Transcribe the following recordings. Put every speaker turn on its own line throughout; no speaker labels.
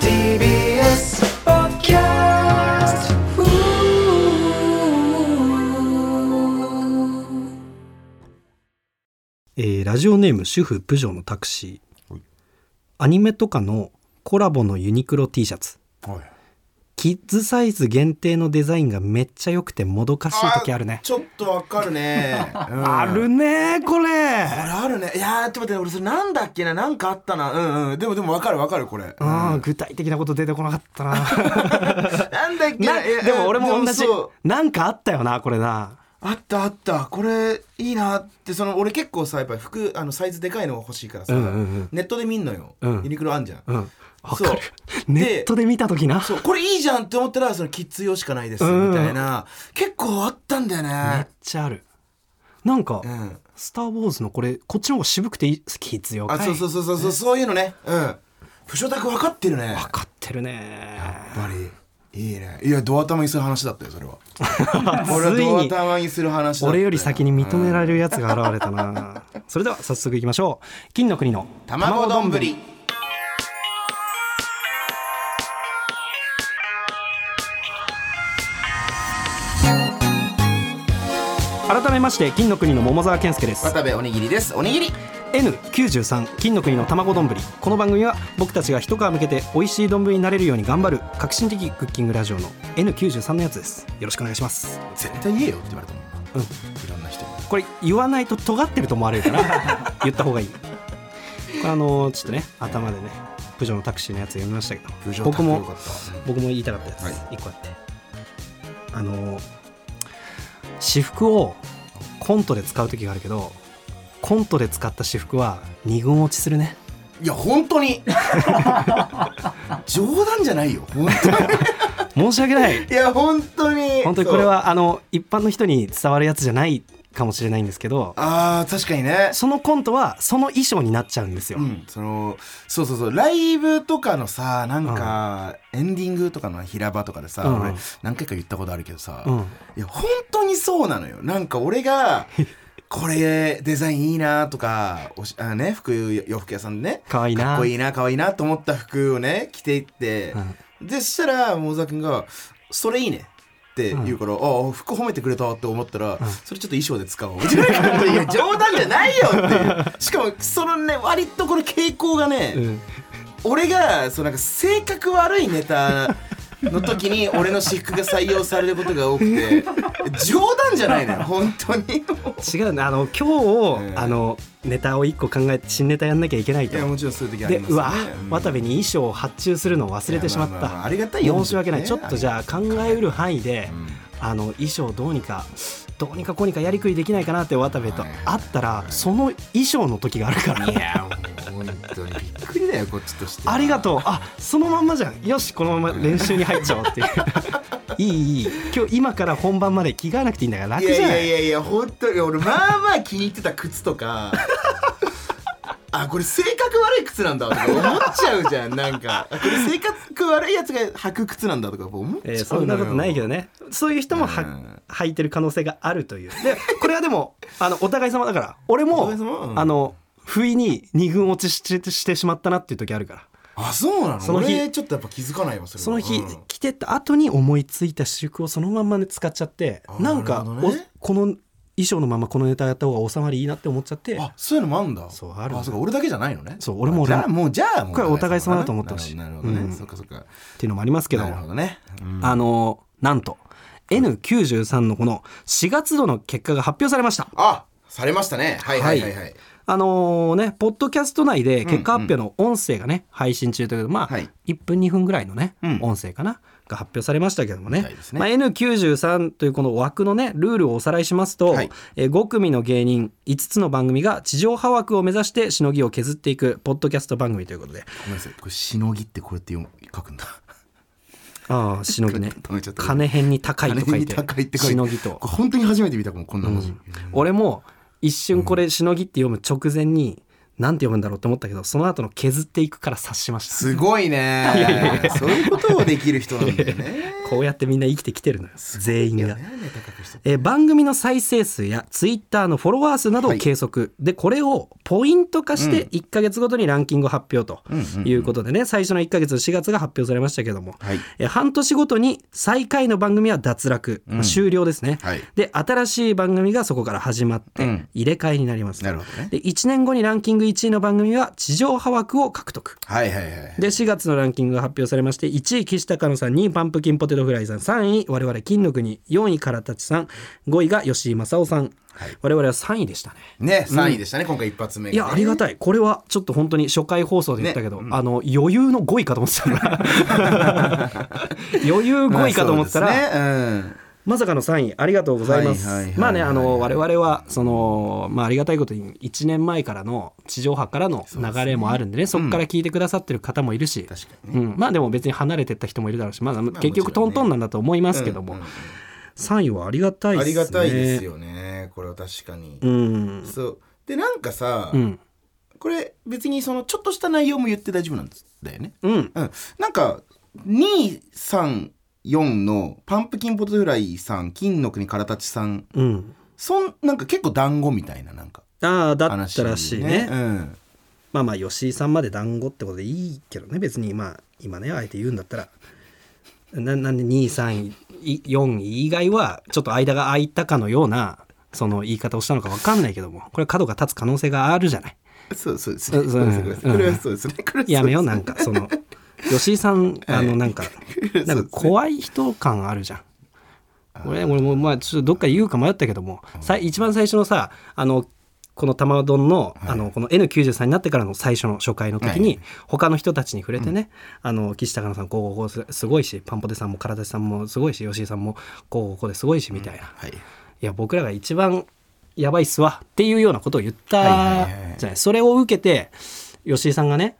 TBS ポッドキャスト
えーラジオネーム主婦プジョーのタクシ
は
ー
い
アニメとかのコラボのユニクロ T シャツ
はい、
キッズサイズ限定のデザインがめっちゃ良くてもどかしい時あるね
ちょっとわかる ね、うん
あるねこれ
これあるねいやーちょっと待って俺それなんだっけななんかあったなうんうんでもでもわかるわかるこれ、うん
うん、具体的なこと出てこなかったな
なんだっけ
な
ないや
でも俺も同じ
そう
なんかあったよなこれな
あったあったこれいいなってその俺結構さやっぱり服あのサイズでかいのが欲しいからさ、
うんうんうん
ネットで見んのよ、
うん
ユニクロあんじゃん、
うんわか
そう
るネットで見た時な
そうこれいいじゃんって思ったらそのキッズ用しかないです
うん
みたいな、結構あったんだよ
めっ
ね、
ちゃあるなんか、
うん、
スター・ウォーズ」のこれこっちの方が渋くていいキッズよ
あそうそうそうそうそうそういうのねうん不祥卓分かってるね
分かって るね
やっぱりいいねいやドア玉にする話だったよそれはこれは
つい
ドア
に
玉にする話だった
俺より先に認められるやつが現れ たなそれでは早速いきましょう金の国の
卵丼ぶり
改めまして金の国の桃沢健介です
渡部おにぎりですおにぎり
N93 金の国の卵丼ぶりこの番組は僕たちが一皮向けて美味しい丼になれるように頑張る革新的クッキングラジオの N93 のやつですよろしくお願いします
絶対言えよって言われたもんな
うん
いろんな人に
これ言わないと尖ってると思われるから 言った方がいいこれあのちょっとね頭でね「プジョーのタクシー」のやつ読みましたけ
プジ
ど
ョー
僕
かっこよ
も
かった
僕も言いたかったやつ、
はい
一個あってあの私服をコントで使う時があるけどコントで使った私服は二軍落ちす るね
いや本当 に冗談じゃないよ本当 に
申し訳ない
いや本当に
本当にこれはあの一般の人に伝わるやつじゃないかもしれないんですけど
そうあー確かにね
そのコントはその衣装になっちゃうんですよ、
うん、そのそうそうそうライブとかのさなんか、エンディングとかの平場とかでさ、
うん
俺何回か言ったことあるけどさ、
うん
いや本当にそうなのよなんか俺 がこれデザインいいなとかおしあ、ね、服洋服屋さんでね
かわいいな
かっこいいなかわいいなと思った服をね着ていって、でそしたら桃沢君が「それいいね」って言うから「ああ服褒めてくれた」って思ったら、それちょっと衣装で使おう」みたいな感じでいや冗談じゃないよ」っていうしかもそのね割とこの傾向がね、
うんうん
俺がそのなんか性格悪いネタの時 に俺の私服が採用されることが多くて冗談じゃないのよ本当に
違うねあの今日を、
ええ
あのネタを一個考えて新ネタやんなきゃいけない
い
と
やもちろんそういう時あ
で
ります
う
よ
わ
ね、
渡部に衣装を発注するのを忘れてしまっ
いやまあまあまあ
た
ありがたいよ
申し訳ない
ね
ちょっとじゃあ考えうる範囲で、あの衣装どうにかどうにかこうにかやりくりできないかなって渡部と
はいはい
会ったらその衣装の時があるから
いやもう本当にびっくりだよこっちとして
ありがとうあそのまんまじゃんよしこのまま練習に入っちゃおうっていう いいいい今日今から本番まで着替えなくていいんだから
い
楽
や
じ
い
ゃな
や
い
いやいや本当に俺まあまあ気に入ってた靴と かあこれ性格悪い靴なんだとか思っちゃうじゃんなんかあこれ性格悪いやつが履く靴なんだとかやっぱ思っちゃう
え
の
ー
よ
そんなことないけどねそういう人も
う
は
ん
履いてる可能性があるというでこれはでもあのお互い様だから俺
お
も、
互い様うん
あの不意に二軍落ちしてしてしまったなっていう時あるから
あそうなの
その日
俺ちょっとやっぱ気づかないわそれは
その日、
うん
着てた後に思いついた私服をそのまんま、ね、使っちゃって
あー
なん
な
か
るほどね
おこの衣装のままこのネタやった方が収まりいいなって思っちゃって
あそういうのもあるんだ
そうあるんだ
そうか俺だけじゃないのね
そう俺も俺
じ
も
ゃあもうじゃあもう
これはお互い様だと思ってほしい
なるほどね、
うん
そっかそっか
っていうのもありますけど
なる
も
ほどね、うん
あのなんと N93 のこの4月度の結果が発表されました。
あされましたねはいはいはいはい、
あのね、ポッドキャスト内で結果発表の音声がね、配信中ということで、まあ、
はい
1分2分ぐらいのね、
うん
音声かな、が発表されましたけどもね。
はいですね
まあ、N93 というこの枠のね、ルールをおさらいしますと、
はい
えー5組の芸人、5つの番組が地上波枠を目指してしのぎを削っていく、ポッドキャスト番組ということで。
ごめんなさいこれしのぎってこうやって読む書くんだ
ああ、しのぎね
止めちゃっ。た
金編に高いと書
金
い
に
て、
高いって書いて
しのぎと
こ。れ本当に初めて見たかもこんな文字、
俺も一瞬これ「しのぎ」って読む直前になんて読むんだろうって思ったけどその後の削っていくから察しました
すごい ねそういうことをできる人なんだよね
こうやってみんな生きてきてるのよ全員
い
が
やねネタ書く人
えー番組の再生数やツイッターのフォロワー数などを計測、でこれをポイント化して
うん
1ヶ月ごとにランキングを発表と
うんうんうん
いうことでね、最初の1ヶ月の4月が発表されましたけども、
はい
えー半年ごとに最下位の番組は脱落、まあ
うん
終了ですね、
はい
で新しい番組がそこから始まって
うん
入れ替えになります、
なるほどね
で1年後にランキング1位の番組は地上波枠を獲得
はいはいはい
で4月のランキングが発表されまして1位岸高野さん2位パンプキンポテトフライさん3位我々金の国4位からたちさん5位が吉井正夫さん、
はい
我々は3位でしたね
ね3位でしたね今回一発目
いやありがたいこれはちょっと本当に初回放送で言ったけど、あの余裕の5位かと思ってたから 余裕5位かと思ったら、
まあそうですね
まさかの3位ありがとうございます、
はいはいはいはい
まあねあの我々はその、まあ、ありがたいことに1年前からの地上波からの流れもあるんでねそこ、から聞いてくださってる方もいるし、
うん確かに
うん、まあでも別に離れてった人もいるだろうし、まあ、結
も
局
ちろ
ト
ん
ン
ね
トンなんだと思いますけども、
うんうん
3位はありがた
う
い
ん
で
ありが
すね
たいですよねこれは確かに
うん、
そうでなんかさ
うん
これ別にそのちょっとした内容も言って大丈夫なんだよね
うん、
うんなんか234のパンプキンポテトフライさん金の国からたちさん
うん、
そんなんか結構団子みたいななんか
ああだっ
話
たらしいね
うん
まあまあ吉井さんまで団子ってことでいいけどね別にまあ今ねあえて言うんだったらななんで234位4位以外はちょっと間が空いたかのようなその言い方をしたのか分かんないけどもこれ角が立つ可能性があるじゃない
そうそうですね
うん
ごめんなさいごめんなさい
うん
これはそうですねこれはそうですね
やめようなんかその吉井さ んあのなんかなんか怖い人感あるじゃん。俺俺もまあちょっとどっか言うか迷ったけどもさい一番最初のさあのこの玉丼の,、あのこの N93 になってからの最初の初回の時に、他の人たちに触れてね、あの岸高野さんこうこうこうすすごいしパンポテさんも唐田さんもすごいし吉井さんもこうこうこうですごいしみたいな、い
はい
や僕らが一番やばいっすわっていうようなことを言ったじゃ
はい
な,、
はいいはいはい
それを受けて吉井さんがね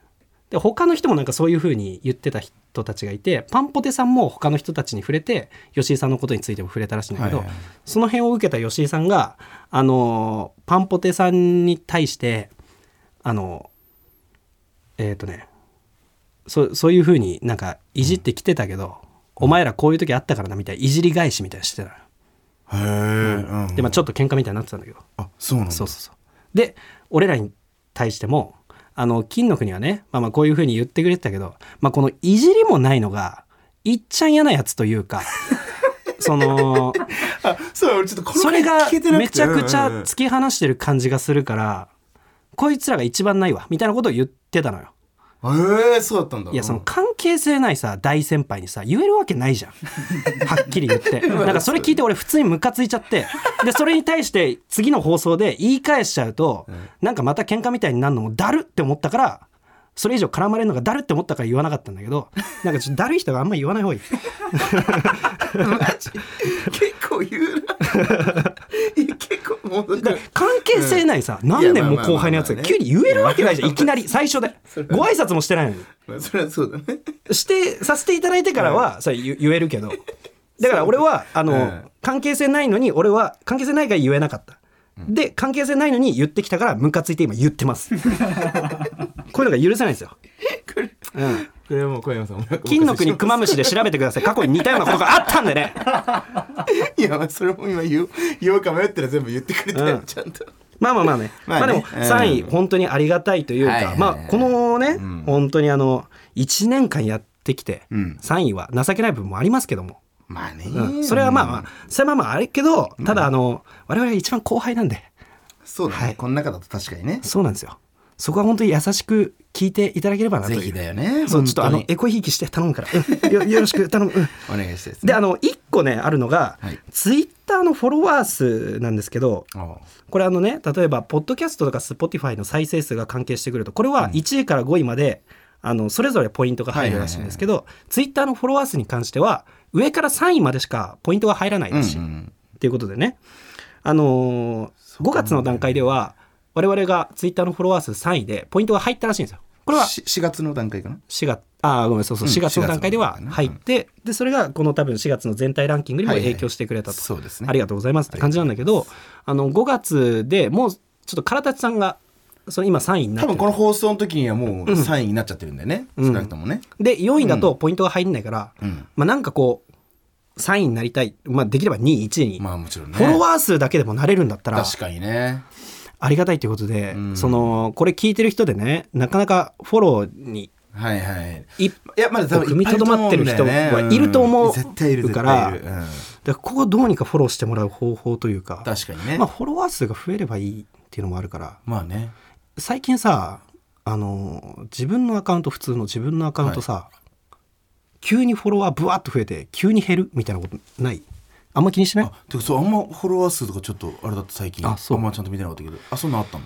で他の人もなんかそういうふうに言ってた人たちがいてパンポテさんも他の人たちに触れて吉井さんのことについても触れたらしいんだけど、
はいはいはい
その辺を受けた吉井さんがあのーパンポテさんに対してあのえっ、とねそそういうふうになんかいじってきてたけど、お前らこういう時あったからなみたいないじり返しみたいなのしてたのよ
へえ
でまあちょっと喧嘩みたいになってたんだけど
あそうなんだ
そうそうそう。で、俺らに対しても、あの、金の国はね、まあまあこういうふうに言ってくれてたけど、まあこのいじりもないのが、いっちゃん嫌なやつというか、 そ の、
あそう俺ちょっとこ
そ
の回
れが
聞けてなく
め
て
ちゃくちゃ
うんうんうん
突き放してる感じがするから、こいつらが一番ないわ、みたいなことを言ってたのよ。
ええそうだったんだ
いや、その
うん
関係性ないさ、大先輩にさ、言えるわけないじゃん。 はっきり言って。なんかそれ聞いて俺普通にムカついちゃって、で、それに対して次の放送で言い返しちゃうと、なんかまた喧嘩みたいになるのもだるって思ったから、それ以上絡まれるのがだるって思ったから言わなかったんだけ ど、なんかちょっとだるい人があんま言わない方が いい。
結構言う ないや結構もう
関係性ないさ、何年も後輩のやつが急に言えるわけないじゃん、いきなり、最初で。ご挨拶もしてないのに。
まあそれはそうだ ね
してさせていただいてからはそれ言言えるけどだから俺はあの、
うん
関係性ないのに俺は関係性ないから言えなかった、で関係性ないのに言ってきたからムカついて今言ってます こういうのが許せないんですよ、うん、
これはもう小山さんも
金の国クマムシで調べてください過去に似たようなことがあったん でね
いやまあそれも今言う言おうか迷ったら全部言ってくれたよ
うん
ちゃんと
まあまあまあね。ま
ま
あ
あね
でも
うん
3位、本当にありがたいという
はいはい
か
は、い
まあこのね
ん、
本当にあの、1年間やってきて、
うん
3位は情けない部分もありますけども、
まあね
うんそれはまあまあ、それはまあまああれけど、ただあの、我々が一番後輩なんで、
そうだ
は
ね
い
この中だと確かにね
そうなんですよ。そこは本当に優しく聞いていただければなと
ぜ
い
ひ
う。
だよね
そう、ちょっとあの
本、当
エコひいきして頼むから。うんよよろしく頼む。うん
にお願いしたいですね
で、あの、1個ね、あるのが
はい、
ツイッターのフォロワー数なんですけど、
あ
これあのね例えばポッドキャストとか Spotify の再生数が関係してくるとこれは1位から5位まで、あのそれぞれポイントが入るらしいんですけど、Twitter のフォロワー数に関しては上から3位までしかポイントが入らない
あうん
らしい、
う
っ
ん
ていうことでね、あのー5月の段階では我々が Twitter のフォロワー数3位でポイントが入ったらしいんですよ。これは
し4月の段階かな
4月あーごめんそうそう
うん
4月の段階で
4
は
月の段
入
階
っ
ね
て、でそれがこの多分4月の全体ランキングにも
はいはい
影響してくれたと、
そうですね
ありがとうございますって感じなんだけどあの5月でもうちょっと唐立さんがその今3位にな
多
っ
分
てる
この放送の時にはもう3位になっちゃってるんだよね、
ん
少なくともね
で4位だとポイントが入んないから、
うん
まあなんかこう3位になりたい、まあ、できれば2位1位に、
まあもちろんね
フォロワー数だけでもなれるんだったら
確かにね
ありがたいということで、
うん
そのこれ聞いてる人でねなかなかフォローに
はいはい
い
いやまだ多分
踏みとどまってる人はいると思う
絶対いる絶対いる、うん
だからここをどうにかフォローしてもらう方法というか
確かにね
ま
ま
あ、フォロワー数が増えればいいっていうのもあるから
あね
最近さあの自分のアカウント普通の自分のアカウントさ、急にフォロワーブワッと増えて急に減るみたいなことないあんま気にしない
あてかそうあんまフォロワー数とかちょっとあれだった最近
あそうん
まちゃんと見てなかったけどあそんなんあったの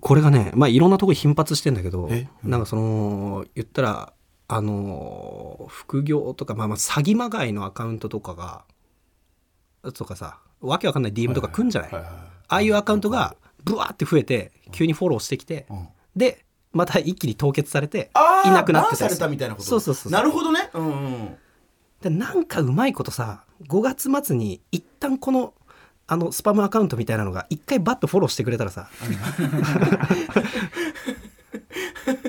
これがね、まあ、いろんなところに頻発してんだけど
え
なんかその言ったらあの副業とか、まあ、まあ詐欺まがいのアカウントとかがとかさわけわかんない DM とか来んじゃない、
はいはいはい
ああいうアカウントがブワーって増えて急にフォローしてきて、
うん
でまた一気に凍結されて
あー
いなくなって
バンされ
りす
た
る
みたいなこと
そうそうそう
なるほどねうんうん
でなんかうまいことさ5月末に一旦このあのスパムアカウントみたいなのが一回バッとフォローしてくれたらさ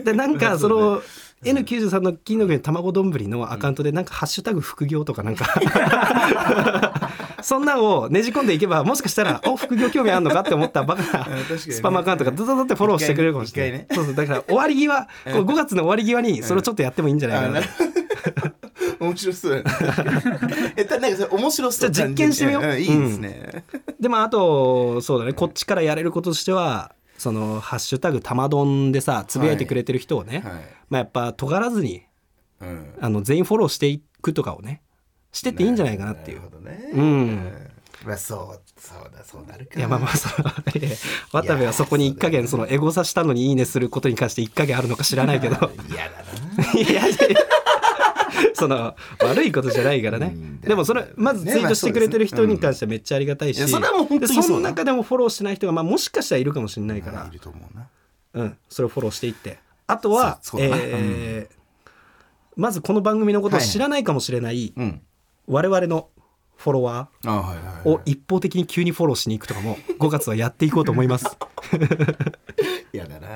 でなんかその N93 の金の国の卵丼のアカウントでなんか「ハッシュタグ副業」とかなんか そんなのをねじ込んでいけばもしかしたら「お副業興味あるのか?」って思ったバカな
確かにね
スパムアカウントがドドドってフォローしてくれるかもしれない、
一
そうそうだから終わり際こう5月の終わり際にそれをちょっとやってもいいんじゃないかなと
あなる 面白そうだねえたなんかそれ面白そう
ちょっと実験してみようん
いいですね、
でまああとそうだねこっちからやれることとしてはその「ハッシュタグたまどん」でさつぶやいてくれてる人をね、
はい
まあやっぱ尖らずに
うん
あの全員フォローしていくとかをねしてっていいんじゃないかなっていう
なる。ほどね
うん
まあそうそうだそうなるか
いやまあまあそのいや渡部はそこに一加減そのエゴサしたのに「いいね」することに関して一加減あるのか知らないけど
嫌 だない
やいや その悪いことじゃないからね
うん
でもそれまずツイートしてくれてる人に関してはめっちゃありがたいし
いやそれはもう本当にそうだ
でその中でもフォローしてない人が、まあ、もしかしたらいるかもしれないから
いると思うな
うん、それをフォローしていってあとは
そうそうだな
えーまずこの番組のことを
はいはい
知らないかもしれない
うん
我々のフォロワ
あはいはい、
ー
は
を一方的に急にフォローしに行くとか も5月はやっていこうと思います。
い、やだな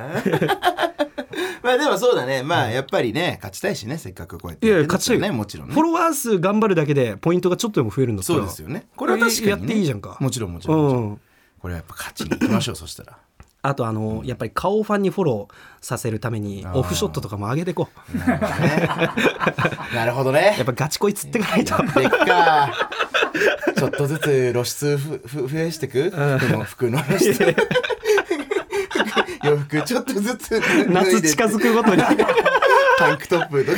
まあでもそうだねまあやっぱりね勝ちたいしねせっかくこうやって
いやいや
ってんだから
勝ちたい
ね
よ
もちろんね
フォロワー数頑張るだけでポイントがちょっとでも増えるんだったら
そうですよねこれは確かに、ね、
やっていいじゃんか
もちろんもちろんもちろん
うん、
これはやっぱ勝ちに行きましょうそした ら
あとあの、やっぱり顔をファンにフォローさせるためにオフショットとかも上げていこ う
なるほどね
やっぱガチ恋釣ってか ないと
でっかちょっとずつ露出ふふ増やしてく服の服の露 出洋服ちょっとずつ
夏近づくごとに
タンクトッ プとか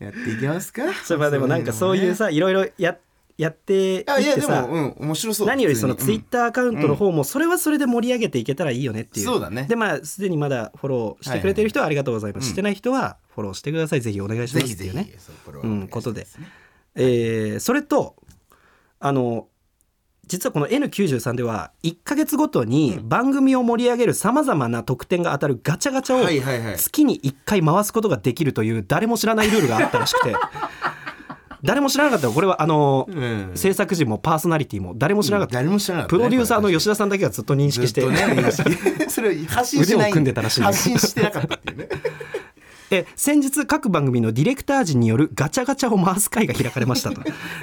やっていきますか
それまあでもなんかそういうさいろいろややっていって
あ
さ
いやでもうん面白そう
何よりそのツイッ
タ
ターアカウントの方もそれはそれで盛り上げていけたらいいよねっていう、
そうだね
でまあすでにまだフォローしてくれてる人はありがとうございます、してない人はフォローしてくださいぜひお願いし
ぜ
ます
ひ
って
ぜ
い
ひ
うね
そうこれは
う
お願いし
ん
ます
ことで、えーそれとあの実はこの N93 では1か月ごとに番組を盛り上げるさまざまな特典が当たるガチャガチャを
はいはいはい
月に1回回すことができるという誰も知らないルールがあったらしくて 誰も知らなかったよこれはあの、
うん
制作陣もパーソナリティも誰も知らなかった、
誰も知らなかった
プ
ね
ロデューサーの吉田さんだけがずっと認識して、
ずっとね認識それを発信しない
腕を組んでたらしい
発信してなかったっていうね
え先日各番組のディレクター陣によるガチャガチャを回す会が開かれまし たと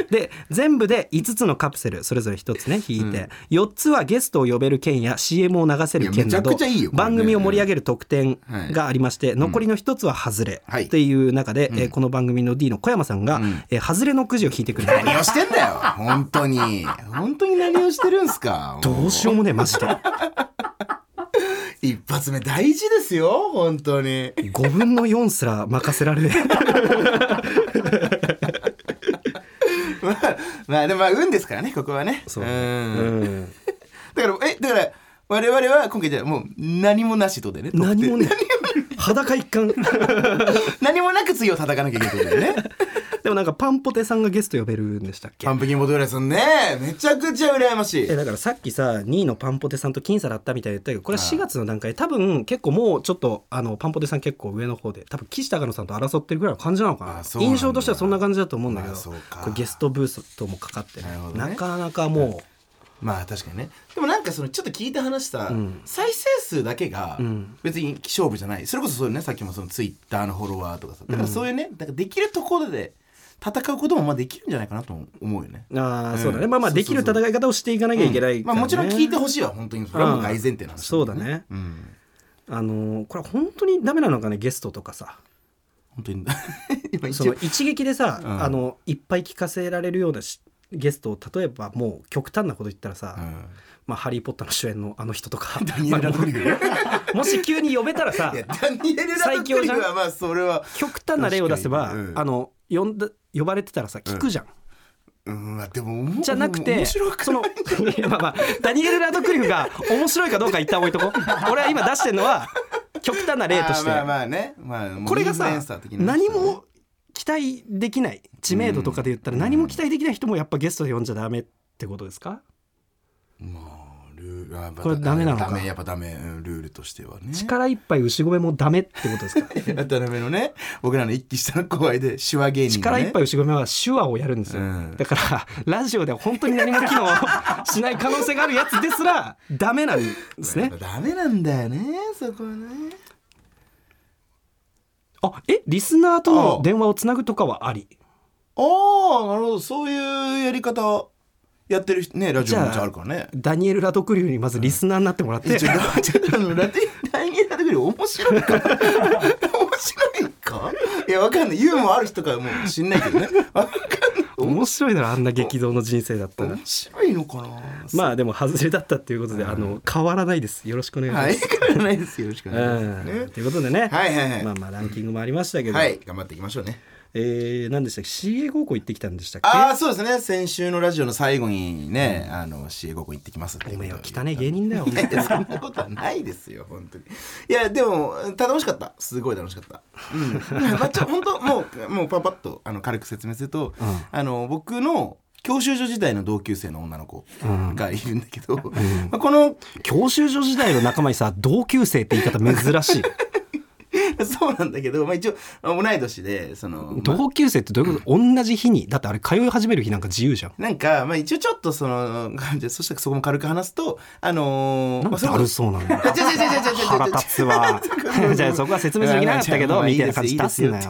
で全部で5つのカプセルそれぞれ1つね引いて、4つはゲストを呼べる券や CM を流せる券など
いやめちゃくちゃいいよこれね
番組を盛り上げる特典がありまして、残りの1つは外れ
はい
っていう中で、えーこの番組の D の小山さんが、えー外れのくじを引いてくれた
何をしてんだよ本当に本当に何をしてるんすかも
どうしよう もねえマジで
一発目大事ですよ本当に
5分の4すら任せられない
まあまあでもまあ運ですからねここはね
そう
うん
うん
だからえだから我々は今回じゃあもう何もなしとでね
何も
ね
ね裸一貫
何もなく次を叩かなきゃいけないってことだよね
でもなんかパンポテさんがゲスト呼べるんでしたっけ
パンプキンボトルさんねめちゃくちゃ羨ましい
えだからさっきさ2位のパンポテさんと僅差だったみたいに言ったけどこれは4月の段階多分結構もうちょっとあのパンポテさん結構上の方で多分岸高野さんと争ってるぐらいの感じなのかな
あそうなんだ
印象としてはそんな感じだと思うんだけど
あそうか
これゲストブースともかかってね
なるほどね
なかなかも
まあ確かにねでもなんかそのちょっと聞いた話さ、
うん
再生数だけが
うん
別に勝負じゃないそれこそそういうねさっきもそのツイッターのフォロワーとかさだからそういうねだからできるところで戦うこともまあできるんじゃないかなとも思うよね。う
ああ
ん
そうだね、まあまあ
そうそう
で
そ
き
う
る戦い方をしていかなきゃいけない
まあ
からね、
もちろん聞いてほしいわ本当にそれはもう大前提な話、
そうだね
うん
あのーこれは本当にダメなのかねゲストとかさ
本当に 今
そ
一
の
応
一撃でさ、
うん
あのいっぱい聞かせられるようなしゲストを例えばもう極端なこと言ったらさ「
うん
まあ、ハリー・ポッター」の主演のあの人とか
ダニエル・ラドクリフいや
まあもし急に呼べたらさ
ダニエル・ラド
最
ク
強
リ
じゃん
フはまあそれは
極端な例を出せば、
確かにうん
あの呼んだ呼ばれてたらさ聞くじゃん。
うんまあでももう
じゃなくて
面白く
そのいやまあまあダニエル・ラドクリフが面白いかどうか一旦置いとこう 俺は今出してるのは極端な例として、
あーまあまあね、まあ、もう
これが
インフルエ
さ
ンサー的な
何も期待できない知名度とかで言ったら何も期待できない人もやっぱゲストで呼んじゃダメってことですか
まあルールあ
これダメなのか
ダメやっぱダメうんルールとしてはね
力いっぱい牛込めもダメってことですか
渡辺のね僕らの一期下の後輩で手話芸人、ね、
力いっぱ
い
い牛込めは手話をやるんですよ、
うん
だからラジオでは本当に何も機能しない可能性があるやつですらダメなんですね
ダメなんだよねそこはね
あえリスナーとの電話をつなぐとかはあり
ああなるほどそういうやり方やってる人ねラジオも
じゃあ
ちゃあるからね
ダニエル・ラドクリフにまずリスナーになってもらって、
ちょちょあのラテラインラテグリ面白 いか面白いかいやわかんないユーモアある人かもう知んないけどねわかん
面白いだろあんな激動の人生だった
な
ら
い面白いのかな
まあでも外れだったっていうことで、あの変わらないですよろしくお願いしま
はい
す、
変わらないですよろしくお願いします
うん
ね
ということでね、
はいはいはい
まあまあランキングもありましたけど、
はい頑張っていきましょうね
えー、何でしたっけ CA 高校行ってきたんでしたっけ
ああそうですね先週のラジオの最後にね、あの CA 高校行ってきますって
おめえよ汚
ね
ね芸人だよ おめえ
そんなことはないですよ本当にいやでもた楽しかったすごい楽しかった、うん、まあちょ本当もうもうパパッとあの軽く説明すると、あの僕の教習所時代の同級生の女の子がいるんだけど、まあこの
教習所時代の仲間にさ同級生って言い方珍 しい
そうなんだけど、まあ、一応同い年でその、まあ
同級生ってどういうこと同じ日にだってあれ通い始める日なんか自由じゃん
なんか、まあ、一応ちょっとその 感じでそしたらそこも軽く話すとあのー
なん
まあ
か
それ
だ
こ
る
そ
そうなんだ
あ違う違う違う違う違う違う
腹立つわ じゃあそこは説明する気なかったけどみたいな感じ出すなよ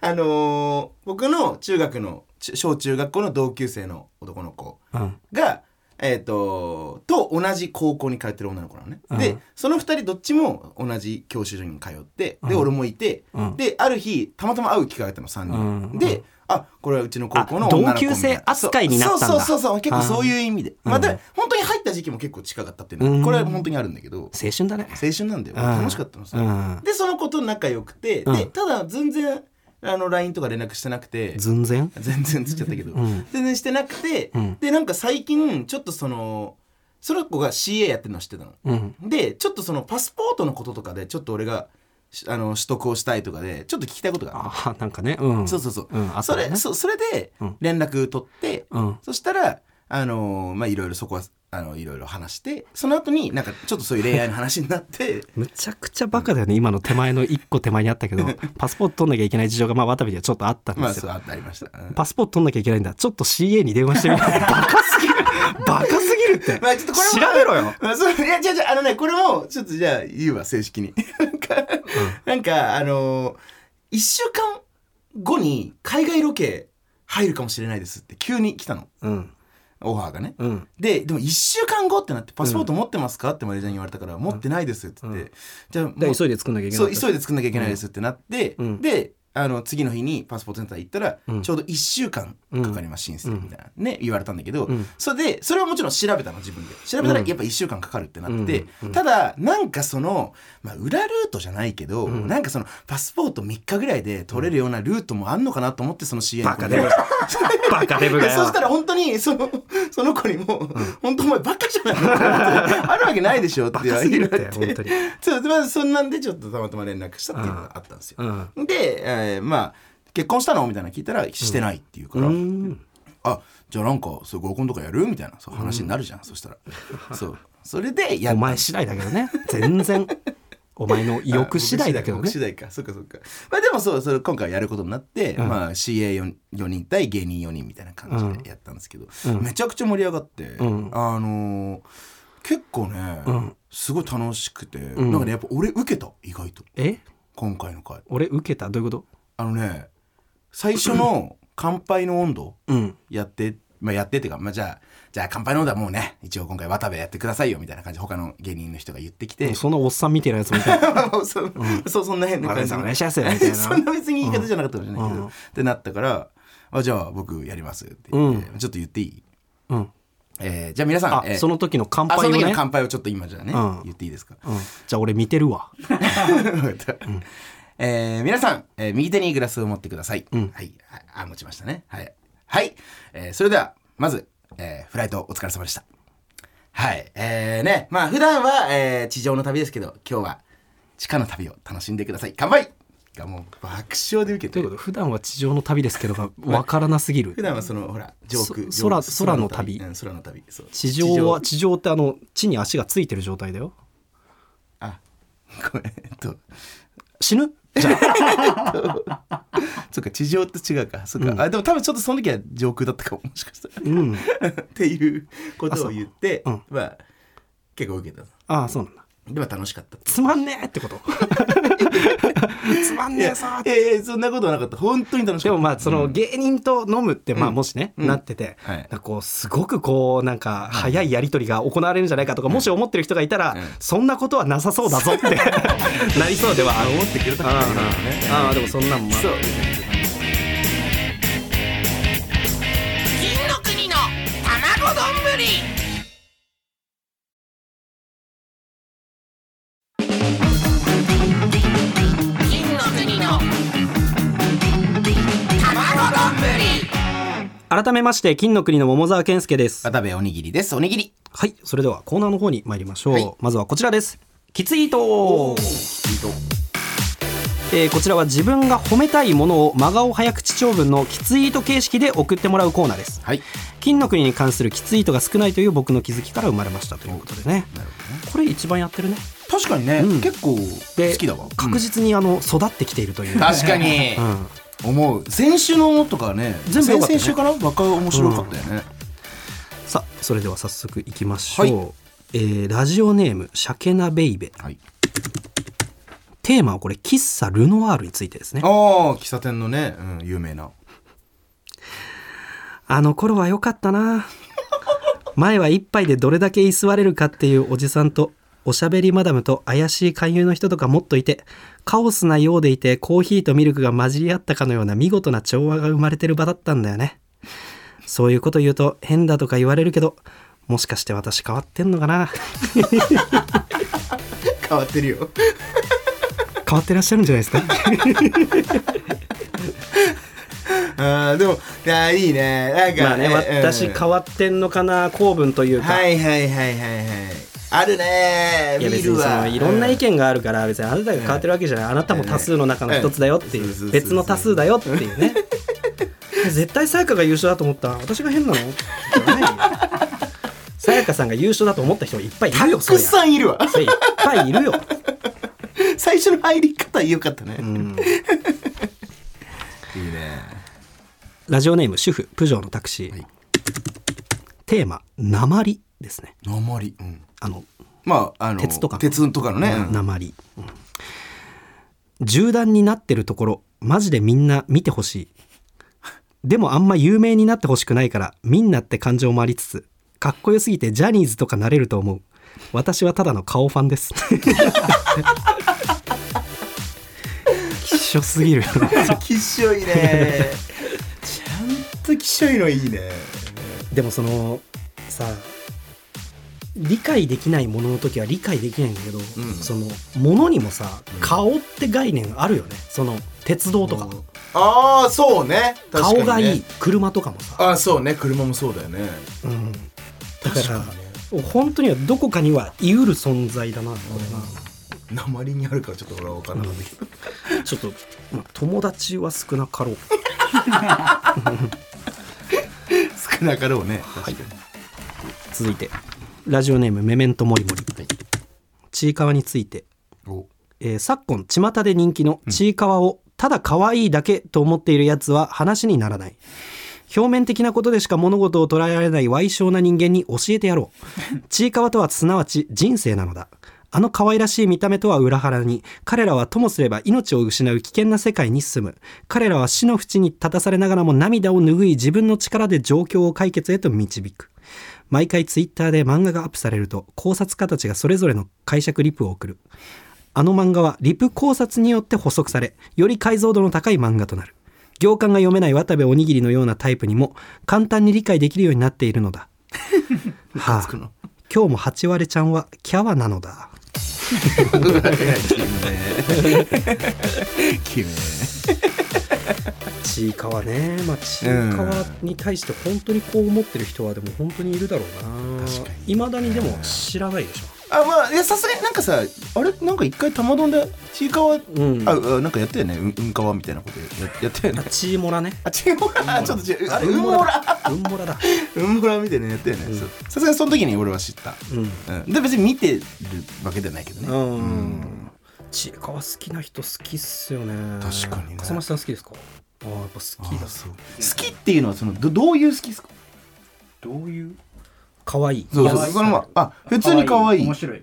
あのー僕の中学のち小中学校の同級生の男の子
うん
が、えー、とと同じ高校に通ってる女の子なのね、
うん
でその二人どっちも同じ教習所に通ってで、
うん
俺もいて、
うん
である日たまたま会う機会があったの3人、
うん
であこれはうちの高校の
あ
女の子
同級生扱いになったんだ
そうそうそうそう結構そういう意味で、まあ、
うん
で本当に入った時期も結構近かったっていうのは、
うん
これは本当にあるんだけど
青春だね
青春なんだよ
うん
楽しかったのさ、
うん
でその子と仲良くて、
う
で
ん
ただ全然あの LINE とか連絡してなくて
寸前
全然つっちゃったけど、
うん
全然してなくて、
うん
でなんか最近ちょっとそのその子が CA やってるの知ってたの。
うん
でちょっとそのパスポートのこととかでちょっと俺がしあの取得をしたいとかでちょっと聞きたいことがあっ
あなんかねうん
たそうそうそう、
うんあ
そ
とね
れそそれで
うん
連絡取って、
うん
そしたらあのーまあいろいろそこはあのいろいろ話してその後になんかちょっとそういう恋愛の話にな って。
むちゃくちゃバカだよね今の手前の一個手前にあった けどパスポート取んなきゃいけない事情がまあ渡部にはちょっとあったん
ま
で
あ
す
そ
よ、
うあったありました。うん
パスポート取んなきゃいけないんだちょっと CA に電話して みようバカすぎるバカすぎるって、
まあちょっとこれも
調べろよ
まあそういや違う違うあのねこれもちょっとじゃあ言うわ正式になんか、なんかあのー、1週間後に海外ロケ入るかもしれないですって急に来たの
うん
オファーがね、
うん
ででも1週間後ってなって「パスポート持ってますか?」ってマネージャーに言われたから「持ってないです」って言って、じゃあもう
だから急いで作んなきゃいけな
そ
いう
急いで作んなきゃいけないですってなって、
うん
であの次の日にパスポートセンター行ったら、
うん
ちょうど1週間かかります申請みたいな、ね言われたんだけど、
うん
それでそれはもちろん調べたの自分で調べたらやっぱ1週間かかるってなって、
うんうん
ただなんかその、まあ、裏ルートじゃないけど、
ん
なんかそのパスポート3日ぐらいで取れるようなルートもあんのかなと思ってその CA に
バカデブ バカデブが
で
よ
そしたら本当にそのその子にも、本当お前バカじゃないのってあるわけないでしょって
バ
言わ
カ
れ
すぎ
て
るって本当に
そうまあそんなんでちょっとたまたま連絡したっていうのがあったんですよ
う、ん
で、えーまあ結婚したのみたいなの聞いたらしてないっていうから、
うん
あじゃあなんかそう合コンとかやるみたいなそう話になるじゃん、そしたらそうそれでや
お
っ
前次第だけどね全然お前の意欲次第だけど
あ
ね
僕次第か僕次第かそっかそっかまあでもそうそれ今回やることになって、
ん
まあ CA4 人対芸人4人みたいな感じでやったんですけど、
うん
めちゃくちゃ盛り上がって、
ん
あのー結構ね、
ん
すごい楽しくて、
ん
なんかねやっぱ俺受けた意外と
え
今回の回
俺受けたどういうこと
あのね最初 の乾杯の温度
うん
やって、まあ、やってっていうか、まあ、じゃあじゃあ乾杯の温度はもうね一応今回渡部やってくださいよみたいな感じで他の芸人の人が言ってきて
そんなおっさんみたいなやつみ たいな
そう、そうそんな変な
渡
感
部
じ
さんお
の
願いしますよみたい な
そんな別に言い方じゃなかったかもしれないけど、
うん
ってなったからあじゃあ僕やりますって言って、ちょっと言っていい、
うん
えーじゃあ皆さん
あ
えー
その時の乾
あ
杯
そ
を
の時の
ね
乾杯をちょっと今じゃあね、
うん
言っていいですか、
うんじゃあ俺見てる
わ
わ
かったえー皆さん、えー右手にグラスを持ってください、はいああ持ちましたねはい、はいえーそれではまず、えーフライトお疲れ様でしたはいえー、ねまあ普段は、えー地上の旅ですけど今日は地下の旅を楽しんでください乾杯がもう爆笑で受け
と
て
いうことで普段は地上の旅ですけど が分からなすぎる
普段はそのほら上空
そ空
上
空の旅
うん空の旅そう
地上は地上ってあの地に足がついてる状態だよ
あごめんえっと
死ぬじゃあ
そっか地上と違うかそっか、あでも多分ちょっとその時は上空だったかももしかしたら
うん
っていうことを言って、
あそう
まあ結構受けた
ああそうなんだ
でも楽しかった
つまんねえってことつまん
い
ね
や
えさー
いやいやそんなことはなかった本当に楽し
で
か
も
った
まあその芸人と飲むってまあもしね、
うん
なってて、
はい
なんかこうすごくこうなんか早いやり取りが行われるんじゃないかとかもし思ってる人がいたら、
ん
そんなことはなさそうだぞって なりそうではある
思ってくれたからね
ああでもそんなんもある
そう
金の国の卵丼金の国の卵丼
改めまして金の国の桃沢健介です
渡部おにぎりですおにぎり
はいそれではコーナーの方に参りましょう、
はい
まずはこちらですキツイートえーこちらは自分が褒めたいものを真顔早口長文のキツイート形式で送ってもらうコーナーです
はい
金の国に関するキツイートが少ないという僕の気づきから生まれましたということでね
なるほどね
これ一番やってるね
確かにね、
うん
結構
で
好きだわ
確実にあの育ってきているとい う、
うん確かに
うん
思う先週のとかね
全部良かった
先
ね
々週からバカ面白かったよね、
さあそれでは早速いきましょう、
は
えーラジオネームシャケナベイベ
はい
テーマはこれ喫茶ルノワールについてですね
ああ喫茶店のね、うん、有名な
あの頃は良かったな前は一杯でどれだけ居座れるかっていうおじさんとおしゃべりマダムと怪しい勧誘の人とかもっといてカオスなようでいてコーヒーとミルクが混じり合ったかのような見事な調和が生まれてる場だったんだよねそういうこと言うと変だとか言われるけどもしかして私変わってんのかな
変わってるよ
変わってらっしゃるんじゃないですか
あーでもいやいいねなんか
まあね私
うん
変わってんのかな構文というか、
はいはいはいはいはいあるね
いや
見
別
る
にそ
わ
のいろんな意
う
見があるから別にあなたが変わってるわけじゃないあなたも多数の中の一つだよって
うんそうそ
いうう別の多数だよってい うね絶対さやかが優勝だと思った私が変なのじゃないよさやかさんが優勝だと思った人もいっぱいいる
ん
よ
たく
ん
さんいるわ
いっぱいいるよ
最初の入り方良かったね、
ん
いいね
ラジオネーム主婦プジョーのタクシー、
はい
テーマ「鉛」ですね
あまり、うん、
あの
まああの
鉄とか
鉄とかのね、うん
鉛、うん銃弾になってるところマジでみんな見てほしいでもあんま有名になってほしくないからみんなって感情もありつつかっこよすぎてジャニーズとかなれると思う私はただの顔ファンです 希少すぎるよ ね
きっしょいね ちゃんときっしょいのいいね
でもそのさ理解できないものの時は理解できないんだけど、
ん
そのものにもさ顔って概念あるよねその鉄道とか、
ああそうね確かに
顔
ね
がいい車とかもさ、
ああそうね車もそうだよね
うん、だから
にね
本当にはどこかには言うる存在だなこ
鉛にあるからちょっと俺は分からなかったけど、
れ なちょっと、まあ友達は少なかろう
少なかろうね確かに、
続いてラジオネームメメントモリモリちいかわについて
お
えー昨今巷で人気のちいかわをただ可愛いだけと思っているやつは話にならない表面的なことでしか物事を捉えられない歪小な人間に教えてやろうちいかわとはすなわち人生なのだあの可愛らしい見た目とは裏腹に彼らはともすれば命を失う危険な世界に進む彼らは死の淵に立たされながらも涙を拭い自分の力で状況を解決へと導く毎回ツイッターで漫画がアップされると考察家たちがそれぞれの解釈リプを送るあの漫画はリプ考察によって補足されより解像度の高い漫画となる行間が読めない渡部おにぎりのようなタイプにも簡単に理解できるようになっているのだ はあ、今日も八割ちゃんはキャワなのだ
君
ちいかわねまあちいかわに対して本当にこう思ってる人はでも本当にいるだろうな
確か
いまだにでも知らないでしょ
あまあいやさすがになんかさあれなんか一回玉丼でちいかわ、
ん
ああなんかやったよねうんうんかわみたいなことややったよね
ちいもらね
あちいもらちょっと違うあれうんもら
うんもらだ
うんもらみたいなのやったよねそうさすがにその時に俺は知った、
うん
うん、で別に見てるわけじゃないけどね、
うんちいかわ好きな人好きっすよね
確かにね
笠間さん好きですかああやっぱ好きだそう
好きっていうのはそのどどういう好きですか
どういう
かわいい
そうそう
可愛い
そのまああ普通に可愛い
面白い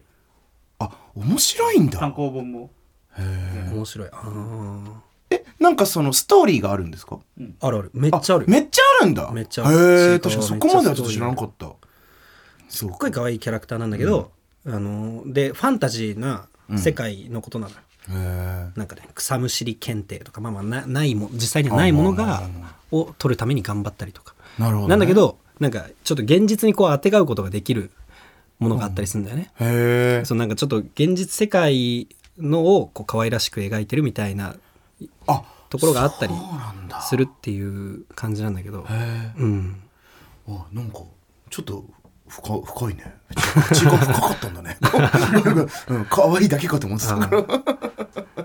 あ面白いん
単
だ
行本も
面白いあー
えなんかそのストーリーがあるんですか
あるあるめっちゃある
めっちゃあるんだ
めっちゃある
へえ
ちい
確
か
かに
わ
そこまではちょっと知らなかったそう
すっごい可愛いキャラクターなんだけど、あのーでファンタジーな世界のことなのよ、
へえ
なんかね草むしり検定とかまあまあなないも実際にはないものがを取るために頑張ったりとか
なるほどね
んだけどなんかちょっと現実にこうあてがうことができるものがあったりするんだよね、
へえ
そうなんかちょっと現実世界のをこう可愛らしく描いてるみたいな
あ
ところがあったり
そうなんだ
するっていう感じなんだけど
へえ
うん
あなんかちょっと深深いね血が深かったんだ ねうん可愛いだけかと思ってたから
や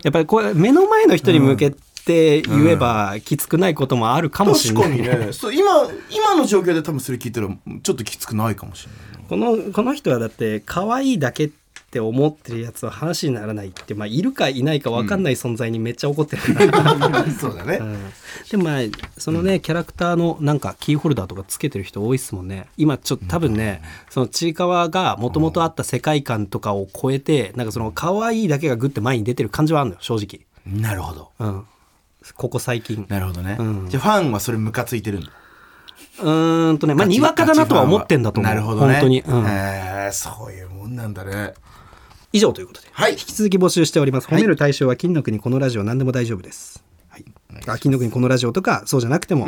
っぱりこれ目の前の人に向けて言えばきつくないこともあるかもし
確
れな
か
い、
にねそう今今の状況で多分それ聞いたらちょっときつくないかもしれない
このこの人はだって可愛いだけって思ってるやつは話にならないって、まあ、いるかいないか分かんない存在にめっちゃ怒ってるから、
そうだね。
でもまあそのねキャラクターのなんかキーホルダーとかつけてる人多いっすもんね今ちょっと多分ね、そのちいかわがもともとあった世界観とかを超えて、なんかその可愛いだけがグッて前に出てる感じはあるのよ正直、
なるほど。
うん、ここ最近
なるほどね。
うん
じゃあファンはそれムカついてるんだ。
うーんとねまあ
ガチ
にわかだなとは思ってんだと思う
なるほどね。
本当に、うん
へえそういうもんなんだね。
以上ということで
はい
引。き続き募集しております。褒める対象は金の国このラジオ何でも大丈夫です。はい、あ金の国このラジオとかそうじゃなくても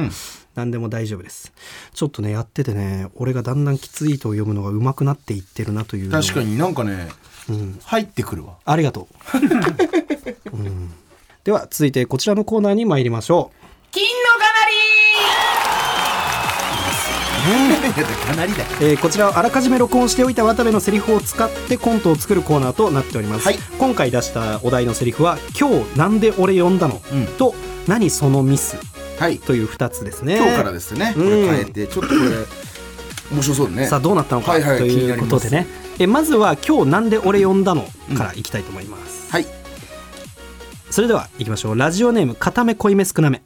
何でも大丈夫です。ちょっとねやっててね俺がだんだんきついと読むのが上手くなっていってるなというのを
確かになんかね、
うん
入ってくるわ。
ありがとう、うん、 では続いてこちらのコーナーに参りましょう。
金のかなり
かなりだよ。
えーこちらをあらかじめ録音しておいた渡部のセリフを使ってコントを作るコーナーとなっております、
はい
今回出したお題のセリフは「今日なんで俺呼んだの
うん
と「何そのミス」
はい。
という2つですね
今日からですね。これ変えてちょっとこれ面白そうだね。
さあどうなったのか、
はいはい
と
気に
い
な
う
り
こ
ます
とでねえまずは「今日なんで俺呼んだの?」からいきたいと思います、
はい。
それでは行きましょうラジオネーム片目濃いめ少なめ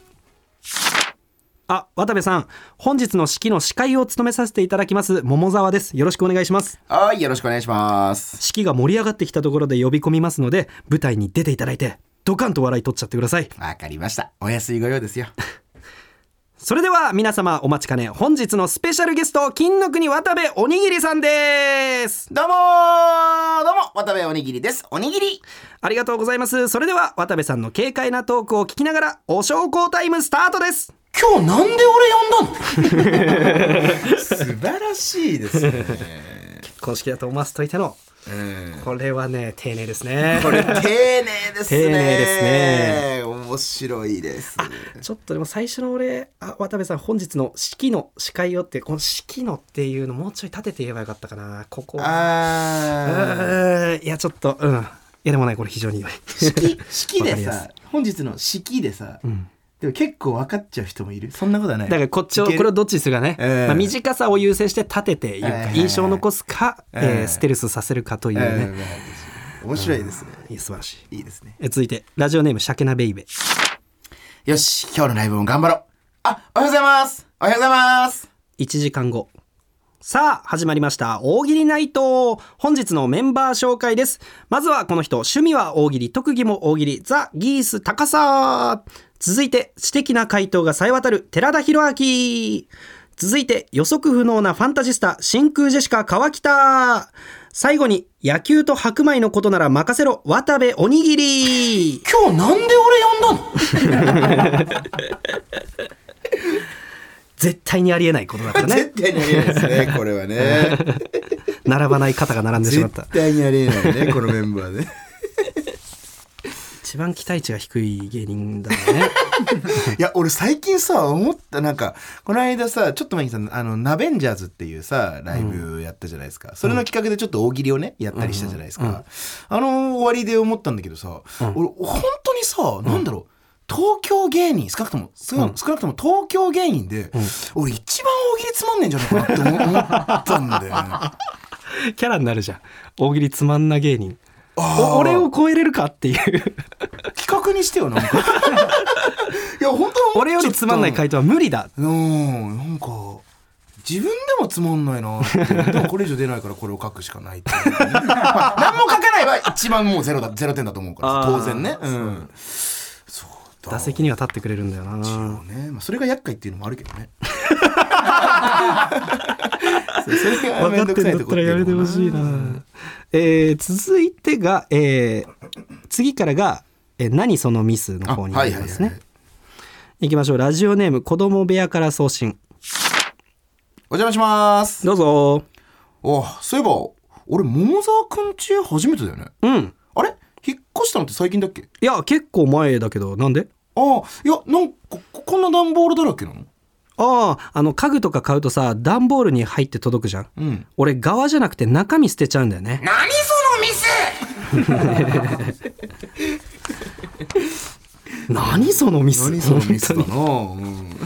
あ渡部さん本日の式の司会を務めさせていただきます桃沢ですよろしくお願いします
はいよろしくお願いします。
式が盛り上がってきたところで呼び込みますので舞台に出ていただいてドカンと笑い取っちゃってください
わかりました。お安いご用ですよ。
それでは皆様お待ちかね本日のスペシャルゲスト金の国渡部おにぎりさんです
どうもーどうも渡部おにぎりです。おにぎり。
ありがとうございますそれでは渡部さんの軽快なトークを聞きながらお焼香タイムスタートです
今日なんで俺 呼んだの素晴らしいですね、
公式だと思わせといての
うん
これはね丁寧ですね
これ丁寧ですね
丁寧ですね
面白いです
ちょっとでも最初の俺あ渡部さん本日の式の司会をってこの式のっていうのもうちょい立てて言えばよかったかなここ
ああ
うんいやちょっとうんいやでもないこれ非常に良い
式式で
わか
さ本日の式でさ、でも結構分かっちゃう人もいるそんなことはない
だからこっちを
いけ
こ
る
れをどっちにするかね、
ええ
まあ、短さを優先して立てて言う
はいはい
か
はい
印象を残すか、え
ええ
ーステルスさせるかという
うん
ね、
うん面白いですね。
いや素晴らしい
いいですね。
え続いてラジオネームシャケナベイベ
よし、今日のライブも頑張ろう。あ、おはようございます。おはようございます。
1時間後さあ始まりました大喜利ナイト本日のメンバー紹介ですまずはこの人趣味は大喜利特技も大喜利ザ・ギース高さ続いて知的な回答が冴え渡る寺田博明続いて予測不能なファンタジスタ真空ジェシカ川北最後に野球と白米のことなら任せろ渡部おにぎり
今日なんで俺呼んだの
絶対にありえないことだから ね
絶対にありえないですね、これはね。
並ばない方が並んでしまった
絶対にありえないね、このメンバーで。
一番期待値が低い芸人 だよね
いや、俺最近さ、思った、なんか、この間さ、ちょっと前にさ、あの、ナベンジャーズっていうさ、ライブやったじゃないですか。それの企画でちょっと大喜利をね、やったりしたじゃないですか。あの、終わりで思ったんだけどさ、俺、本当にさ、なんだろう。東京芸人少なくとも少な少なくとも東京芸人で、俺一番大喜利つまんねえんじゃないかなって思思ったんだよね。
キャラになるじゃん大喜利つまんな芸人
あー
お俺を超えれるかっていう
企画にしてよなん かいや本当
俺よりつまんない回
答
答は無理だ
うんなんか自分でもつまんないな ってでもこれ以上出ないからこれを書くしかないっていう、まあ何も書かないは一番もうゼロだゼロ点だと思うから
あー
当然ねうんそうだ
打席には立ってくれるんだよな
ねまあ、それが厄介っていうのもあるけどね そうそれが
分
め
か
んど
ってんだ
くさい
っ
とこ
たらやめてほしいな、えー続いてが、えー次からが「えー何そのミス」の
あ
方に
は
ないり
はいは
ま
い
すねいきましょうラジオネーム子供部屋から送信
お邪魔します
どうぞ
あそういえば俺桃沢くんち初めてだよね
うん
あれ引っ越したのって最近だっけ
いや結構前だけどなんで
ああいやなんかここんな段ボールだらけなの
あああの家具とか買うとさ段ボールに入って届くじゃん
うん
俺側じゃなくて中身捨てちゃうんだよね
何そのミス
何そのミス
何そのミスだな、
本
うん、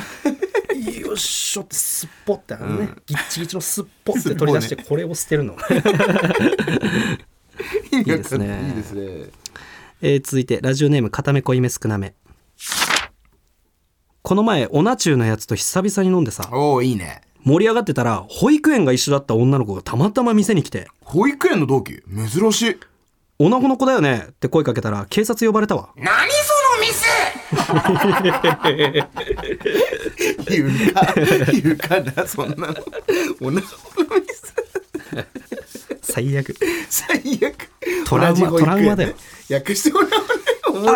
当によっしょってすっぽってあのね、ギッチギチのすっぽって取り出してこれを捨てるの、
いい
ですね
いいですね
えー続いてラジオネーム片目濃いめ少なめこの前オナチューのやつと久々に飲んでさ
おおいいね
盛り上がってたら保育園が一緒だった女の子がたまたま店に来て
保育園の同期珍しい
「女の子の子だよね」って声かけたら警察呼ばれたわ
何そのミス
言うか言うかなそんな の同じミス
最悪
最悪
トラウマ
同じ保育園
トラウマだよ
訳してもらうね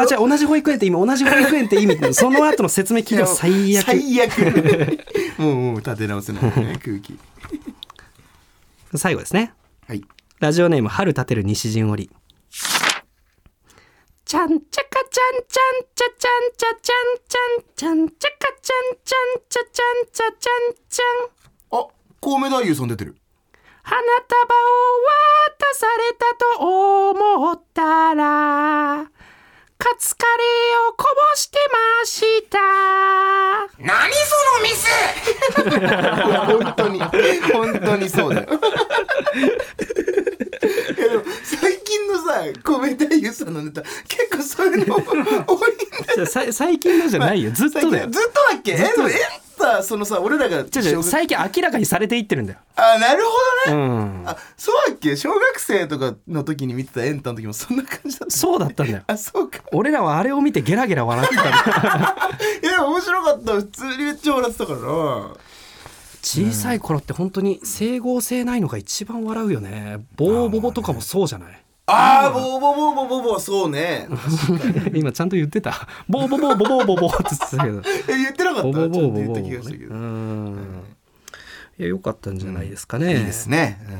あじゃあ同じ保育園って意味同じ保育園って意 味その後の説明企業最悪
最悪 もうもう立て直せないね空気
最後ですね
はい
ラジオネーム春立てる西陣織ちゃんちゃかちゃんちゃんちゃちゃんちゃちゃんちゃんちゃんちゃかちゃんちゃんちゃちゃんちゃちゃんちゃん
あコウメ太夫さん出てる
花束を渡されたと思ったらカツカレーをこぼしてました
何その
いや本
ミス
当に本当にそうだよいやでも最近のさ米太夫さんのネタ結構そういうの多いんだよ
最近のじゃないよずっ
最近
と
ず
だ
っ
よ
とだっけえでもえさそのさ俺らが
違う違
小
う
学
最近明らかにされていってるんだよ
あなるほど
う
ね、
ん
あそうだっけ小学生とかの時に見てたエンタの時もそんな感じだった
そうだったんだよ
あそうか
俺らはあれを見てゲラゲラ笑ってたんだ
いやでも面白かった普通にめっちゃ笑ってたからな
小さい頃って本当に整合性ないのが一番笑うよねボーボボとかもそうじゃない
あーボーボーボーボーボーボーそうね
今ちゃんと言ってたボーボボボボボボボって言ってたけど
え 言ってなかった
ボボボボボ
ちょっと言っ
ボ
た
ね
気がしたけど、
うんいや良かったんじゃないですかね、
いいですね、うん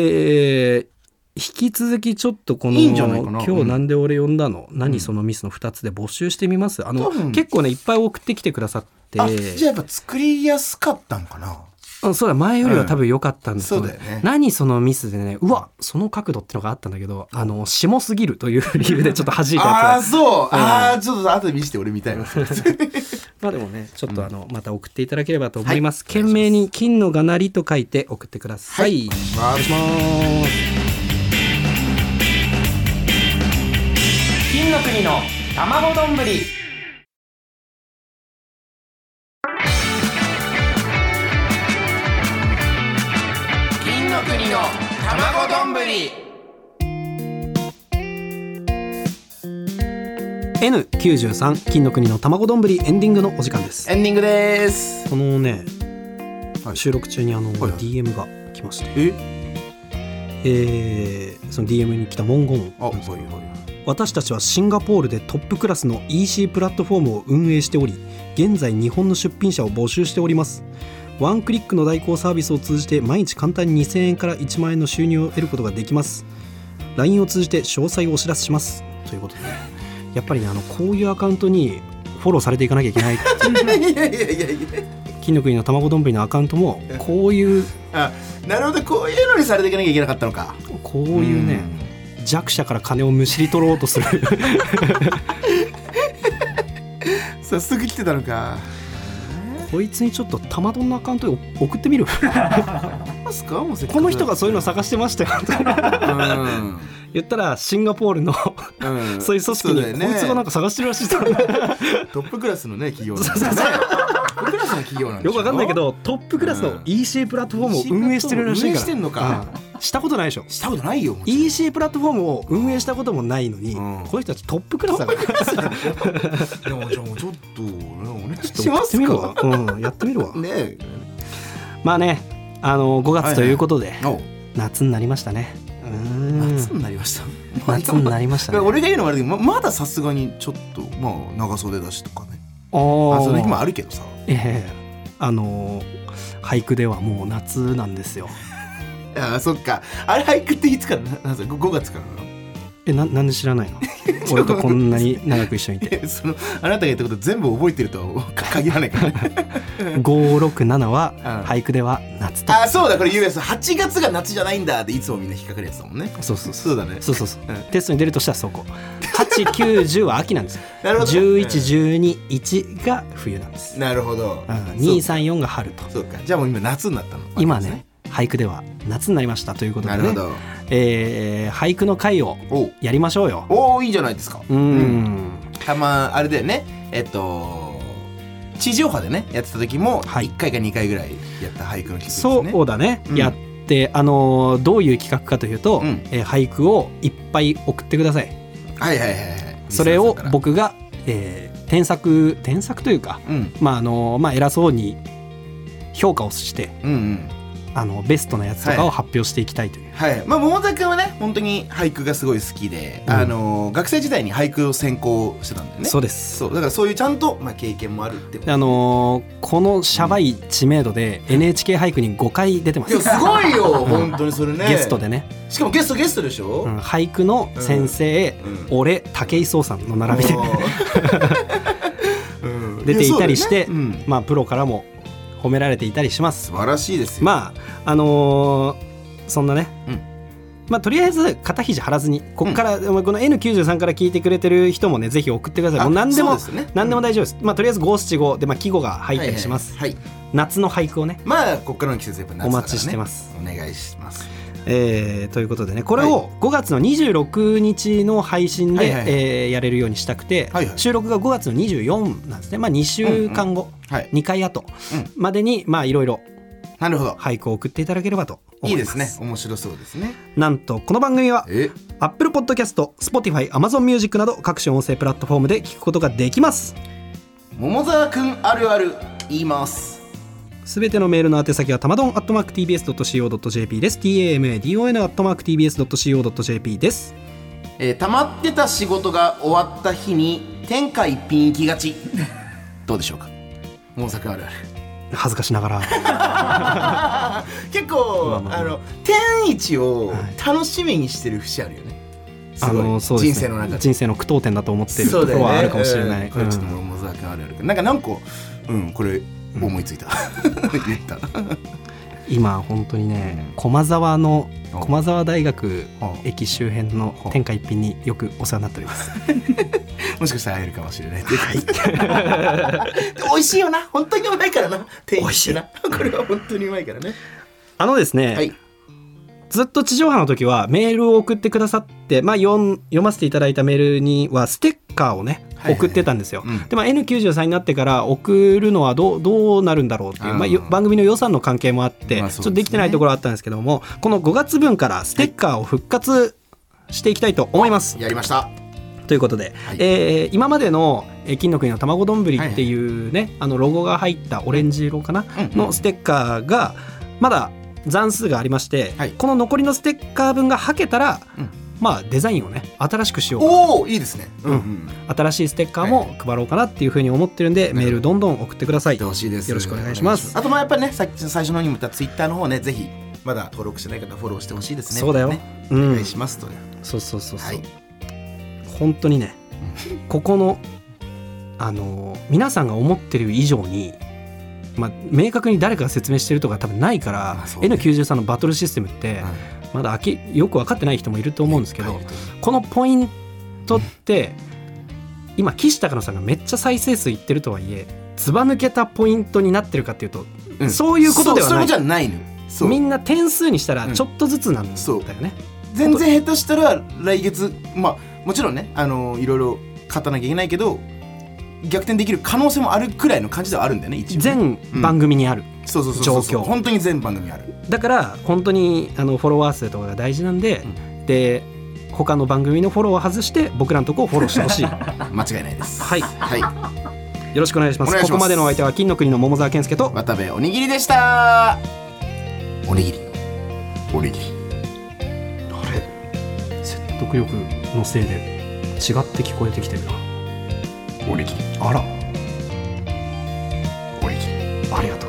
えー引き続きちょっとこの
いいんじゃないかな
今
う
日
ん
なんで俺呼んだの、何そのミスの2つで募集してみますあの
多分
結構ねいっぱい送ってきてくださって
あじゃあやっぱ作りやすかったんかな
うんそうだ前よりは多分良かったんですけど、
うんそうだよね
何そのミスでねうわその角度ってのがあったんだけどあの下すぎるという理由でちょっと弾いたやつ
ああ
が
そう、ああちょっと後で見せて俺見たいな
まあでもねちょっとあの、また送っていただければと思います、懸命に「金のがなり」と書いて送ってください、
回します
ニーの卵丼ぶり金の国の卵丼ぶり
N93 金の国の卵丼ぶりエンディングのお時間です
エンディングです
このね、
はい
収録中にあの、
はいはい
DM が来まして、
え
えーその DM に来た文言
あ、はいはい
私たちはシンガポールでトップクラスの EC プラットフォームを運営しており現在日本の出品者を募集しておりますワンクリックの代行サービスを通じて毎日簡単に2000円から1万円の収入を得ることができます LINE を通じて詳細をお知らせしますということでやっぱりねあのこういうアカウントにフォローされていかなきゃいけない
いやいやいやいや
金の国の卵丼ぶりのアカウントもこういう
あなるほどこういうのにされていかなきゃいけなかったのか
こういうね弱者から金をむしり取ろうと する
早速来てたのか
こいつにちょっと玉丼のアカウントで送って みる
ますかもうせっかく
この人がそういうの探してまし たよ
うん
言ったらシンガポールの
うん
そういう組織に
そうだよ
こいつがなんか探してるらしいよ
トップクラスのね企業なんですねトップクラスの企業なんでしょ
よくわかんないけどトップクラス
うん
の EC プラットフォームを運営してるらしいから
運営してんのか
うんしたことないでしょ
したことないよもちろん
EC プラットフォームを運営したこともないのに、
うん
この人たちトップクラスだから
でもじゃあもうちょっとねお願いし
ちょっ
ま
と送って
す
みる
か
わ、うん、やってみるわ
ねえ
まあねあの5月ということで、
お
夏になりましたねうーん
夏になりました
夏になりました ね
俺が言うのはあれだけどままださすがにちょっとまあ長袖だしとかね
お
あ
ー
その日もあるけどさ
ええあのー俳句ではもう夏なんですよ
あそっかあれ俳句っていつからななんすか5月からなの
えななんで知らな いの俺とこんなに長く一緒にいて
え そのあなたが言ったこと全部覚えてるとは限らないから ね
567は
ん
俳句では夏と
あそうだ これ US8 月が夏じゃないんだっていつもみんな引っかかるやつだもんね
そうそうそ
そ
う
うだね
そうそうそう
うん
テストに出るとしたらそこ890は秋なんですよ
なるほど
11121が冬なんです
なるほど
うん
そう
234が春と
そうかじゃあもう今夏になったの
今ね俳句では夏になりましたということ
な
で
るほ
ね、
ど
えー俳句の会を
おう
やりましょうよ
おおいいじゃないですか
うん
たまあれだよねえっと地上波でねやってた時も
はい
1回か2回ぐらいやった俳句の企画ですね
そうだね、
うん
やってあのーどういう企画かというと、
うん
えー俳句をいっぱい送ってください
はいはいはいはい
それ
リ
を
スナーさんから
僕が、えー添削添削というか
うん
まああのまあ偉そうに評価をして
うんうん
あのベストなやつとか
は
を
い
発表していきたいという、
はいまあ桃田君はね本当に俳句がすごい好きで、
うん
あの学生時代に俳句を専攻してたんだよね
そうです
そうだからそういうちゃんと、まあ、経験もあるってこと
あのーこのシャバい知名度で NHK 俳句に5回出てま
いや
す
すごいよ本当にそれね
ゲストでね、
しかもゲストゲストでしょ、
うん俳句の先生、
うん
俺武井壮さんの並びで
おーう ん
出ていたりして、
やそうだよねうん
まあプロからも褒められていたりします
素晴らしいですよ、
まああのーそんなね、
うん
まあとりあえず肩肘張らずにここから、まあこの N93 から聞いてくれてる人もねぜひ送ってください
あ
もう何でも
そうですね
何でも大丈夫です、まあとりあえず五七五でまあ季語が入
はい
ったりします、
はいはい
夏の俳句をね、
まあこっからの季節やっぱ夏だ
お
からね
待ちしてます
お願いします
えーということでねこれを5月の26日の配信で、
はいはいはい
えーやれるようにしたくて、
はいはい
収録が5月の24なんですねまあ2週間後、
はい
2回後までにまあいろいろ
なるほど
俳句を送っていただければと思
い
い
い
ま
ですすね面白そうですね
なんとこの番組は
え
Apple Podcast、Spotify、Amazon Music など各種音声プラットフォームで聞くことができます。
桃沢くんあるある言います
すべてのメールの宛先はたまどん @tbs.co.jp です。tamadon@tbs.co.jp です。
えー溜まってた仕事が終わった日に天下一品行きが ちどうでしょうか桃沢くんあるある
恥ずかしなが ら
結構、あ
まあまあまあ
の天一を
はい
楽しみにしてる節あるよね、す
あ
ごい
のそうで
人
す、ね、
生の中で
人生の苦闘点だと思っているところはあるかもしれな
う
い。
んこれちょっと
うん
桃沢くんあるあるなんか何個うんこれ思いついた、 言った
今本当にね、
うん
駒沢の
うん
駒沢大学
うん
駅周辺の
うん
天下一品によくお世話になっております。
もしかしたら会えるかもしれないということでで 美味しいよな本当にうまいからな天一ってなこれは本当にうまいからね
あのですね、
はい
ずっと地上波の時はメールを送ってくださって、まあ、読ん読ませていただいたメールにはステッカーをね
はいはい
送ってたんですよ、
うん
でまあ N93 になってから送るのはどうどうなるんだろうってい
あ
う
ー
まあ、よ番組の予算の関係もあって、
まあ
ち
そうですね
ょっとできてないところはあったんですけどもこの5月分からステッカーを復活していきたいと思います。
やりました
ということで、
はい
えー今までの「えー金の国の卵丼」っていうね、あのロゴが入ったオレンジ色かな、
うん
のステッカーがまだ残数がありまして、
はい
この残りのステッカー分がはけたら、
うん
まあデザインをね新しくしようか
おおいいですねうん
う
うん
な新しいステッカーも配ろうかなっていうふうに思ってるんで、メールどんどん送ってください。
てほしいです
よろしくお願いします
あとまあやっぱりねさっき最初の方にも言ったツイッターの方ねぜひまだ登録してない方フォローしてほしいですね
そうだよ、
ね
う
お
ん
願い、しますとね
そうそうそうそう、
はい
本 当にねここのあのー皆さんが思ってる以上に、まあ、明確に誰かが説明してるとか多分ないから、
あそうね
N93 のバトルシステムって、まだあきよく分かってない人もいると思うんですけど、
はい
このポイントって今岸高野さんがめっちゃ再生数いってるとはいえずば抜けたポイントになってるかっていうと
ん
そういうことではない
そうそういうことじゃないのよそう
みんな点数にしたら
うん
ちょっとずつなんだ
そ
よ
う
ね。
全然下手したら来月まあもちろんねあのいろいろ勝たなきゃいけないけど逆転できる可能性もあるくらいの感じではあるんだよね一応ね
全番組にある、
そうそうそうそう
状況
本当に全番組ある
だから本当にあのフォロワー数とかが大事なんで、で他の番組のフォローを外して僕らのとこをフォローして ほしいは
間違いないです
い
はい
よろしくお願いします
お願いします
ここまでのお相手は金の国の桃沢健介と
渡部おにぎりでしたおにぎりおにぎり
説得力のせいで違って聞こえてきてるな
おにぎり
あら
おにぎり
ありがとう